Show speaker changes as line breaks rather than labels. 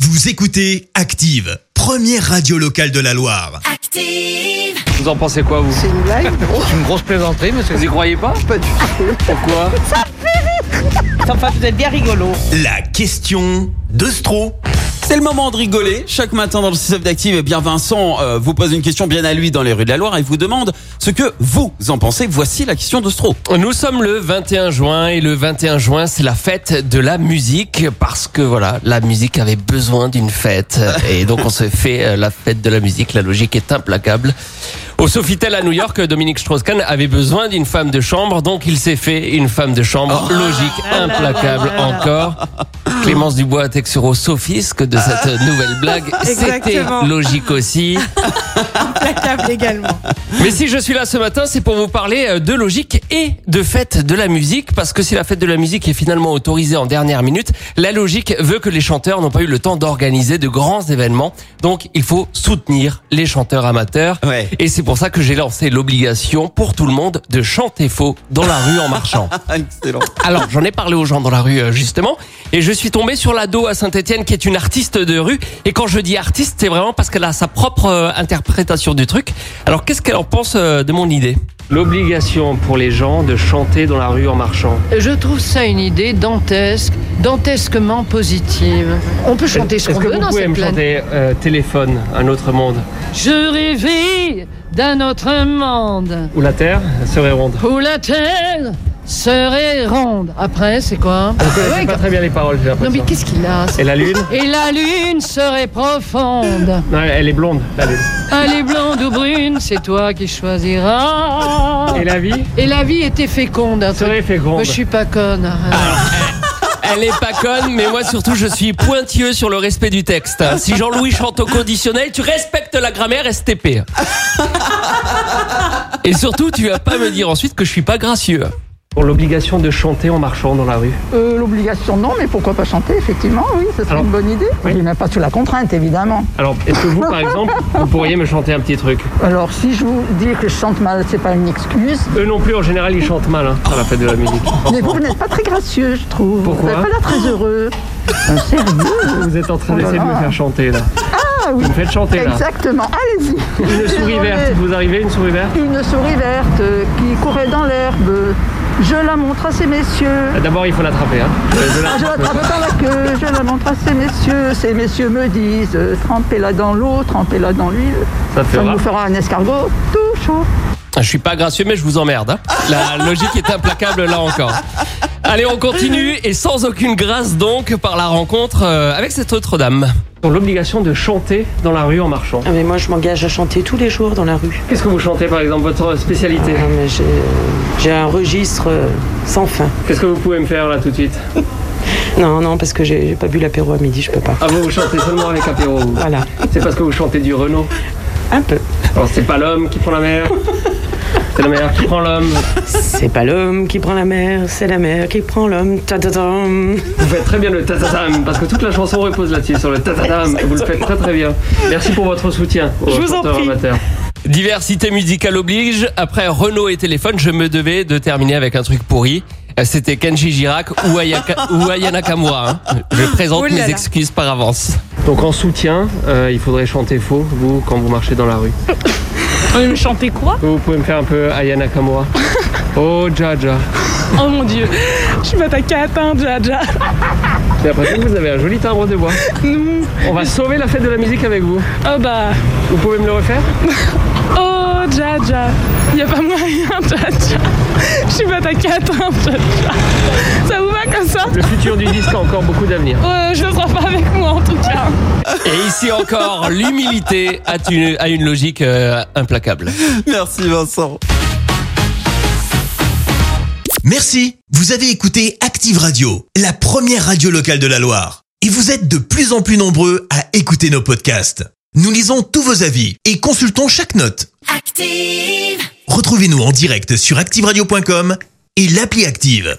Vous écoutez Active, première radio locale de la Loire.
Active.
Vous en pensez quoi, vous
C'est une blague
C'est une grosse plaisanterie, monsieur. Vous y croyez pas
Pas du tout.
Pourquoi
Enfin, vous êtes bien rigolo.
La question de Stro.
C'est le moment de rigoler. Chaque matin dans le 6 d'Active, eh bien Vincent euh, vous pose une question bien à lui dans les rues de la Loire et vous demande ce que vous en pensez. Voici la question de Stro.
Nous sommes le 21 juin et le 21 juin, c'est la fête de la musique parce que voilà, la musique avait besoin d'une fête et donc on s'est fait euh, la fête de la musique. La logique est implacable. Au Sofitel à New York, Dominique Strauss-Kahn avait besoin d'une femme de chambre, donc il s'est fait une femme de chambre. Logique
Ah
implacable encore. Clémence Dubois a au sophisque de
Ah.
cette nouvelle blague. C'était
Exactement.
logique aussi.
implacable également.
Mais si je suis là ce matin, c'est pour vous parler euh, de logique et de fête de la musique, parce que si la fête de la musique est finalement autorisée en dernière minute, la logique veut que les chanteurs n'ont pas eu le temps d'organiser de grands événements, donc il faut soutenir les chanteurs amateurs.
Ouais.
Et c'est pour ça que j'ai lancé l'obligation pour tout le monde de chanter faux dans la rue en marchant.
Excellent.
Alors, j'en ai parlé aux gens dans la rue, euh, justement, et je suis tombé sur l'ado à Saint-Etienne qui est une artiste de rue. Et quand je dis artiste, c'est vraiment parce qu'elle a sa propre euh, interprétation du truc. Alors, qu'est-ce qu'elle en pense euh, de mon idée L'obligation pour les gens de chanter dans la rue en marchant.
Je trouve ça une idée dantesque, dantesquement positive. On peut chanter ce qu'on veut dans cette planète.
euh, Téléphone, un autre monde
Je rêvais d'un autre monde
Où la terre serait ronde
où la terre serait ronde. Après, c'est quoi Ouais,
très bien les paroles, j'ai
Non mais qu'est-ce qu'il a ça
la lune
Et la lune serait profonde.
Elle est blonde, la lune.
Elle est blonde ou brune, c'est toi qui choisiras.
la vie
Et la vie était féconde. un truc.
féconde.
Mais Je suis pas conne. arrête.
Elle est pas conne, mais moi surtout je suis pointilleux sur le respect du texte. Si Jean-Louis chante au conditionnel, tu respectes la grammaire STP. Et surtout, tu vas pas me dire ensuite que je suis pas gracieux. Pour l'obligation de chanter en marchant dans la rue.
Euh, L'obligation, non, mais pourquoi pas chanter, effectivement, oui, ce serait
Alors,
une bonne idée.
oui.
Mais pas sous la contrainte, évidemment.
Alors, est-ce que vous, par exemple, vous pourriez me chanter un petit truc
Alors, si je vous dis que je chante mal, c'est pas une excuse,
Eux non plus, en général, ils chantent mal hein, à la fête de la musique.
mais vous, vous n'êtes pas très gracieux, je trouve.
Pourquoi Ah.
vous n'avez pas l'air très heureux. Euh, sérieux
Vous êtes en train
d'essayer de me faire
chanter là.
Ah oui,
me faites chanter
exactement. Allez-y. Désolée.
vous arrivez une souris verte
Une souris verte qui courait dans l'herbe. Je la montre à ces messieurs.
Ah,
Ah,
D'abord, il faut l'attraper. hein. Euh,
Je l'attrape par la queue, je la montre à ces messieurs. Ces messieurs me disent euh, trempez-la dans l'eau, trempez-la dans l'huile.
Ça te
Ça vous fera un escargot tout chaud.
Je suis pas gracieux, mais je vous emmerde. hein. La logique est implacable là encore. Allez, on continue et sans aucune grâce donc par la rencontre euh, avec cette autre dame. Pour l'obligation de chanter dans la rue en marchant.
Ah, mais moi, je m'engage à chanter tous les jours dans la rue.
Qu'est-ce que vous chantez par exemple, votre spécialité
Ah, mais j'ai- J'ai un registre euh, sans fin.
Qu'est-ce que vous pouvez me faire là tout de suite
Non, non, parce que j'ai j'ai pas bu l'apéro à midi, je peux pas.
Ah vous, vous chantez seulement avec apéro. vous.
Voilà,
C'est parce que vous chantez du Renault.
un peu.
Alors c'est pas l'homme qui prend la mer. C'est la mer qui prend l'homme.
C'est pas l'homme qui prend la mer, c'est la mer qui prend l'homme. Ta-ta-tam.
Vous faites très bien le tatatam parce que toute la chanson repose là-dessus sur le tatatam. Vous le faites très très bien. Merci pour votre soutien. Aux
Je vous en
chanteurs
prie.
amateurs. Diversité musicale oblige. Après Renault et téléphone, je me devais de terminer avec un truc pourri. Euh, C'était Kenji Girac ou, Ayaka- ou Ayana Kamura. hein. Je présente
Oh là
mes
là.
excuses par avance. Donc en soutien, euh, il faudrait chanter faux, vous, quand vous marchez dans la rue.
Vous me chantez quoi
Vous pouvez me faire un peu Ayana Kamura. Oh, Jaja.
Oh mon dieu, je suis pas ta catin, Jaja.
J'ai l'impression que vous avez un joli timbre de voix. On va sauver la fête de la musique avec vous.
Oh bah,
Vous pouvez me le refaire
oh Jaja. Y a pas moyen, Jaja. Je suis pas ta catin, Jaja. Ça vous va comme ça
Le futur du disque a encore beaucoup d'avenir.
Euh, Je ne sera pas avec moi en tout cas.
Et ici encore, l'humilité a une, a une logique euh, implacable.
Merci Vincent.
Merci. Vous avez écouté Active Radio, la première radio locale de la Loire. Et vous êtes de plus en plus nombreux à écouter nos podcasts. Nous lisons tous vos avis et consultons chaque note.
Active.
Retrouvez-nous en direct sur activeradio.com et l'appli Active.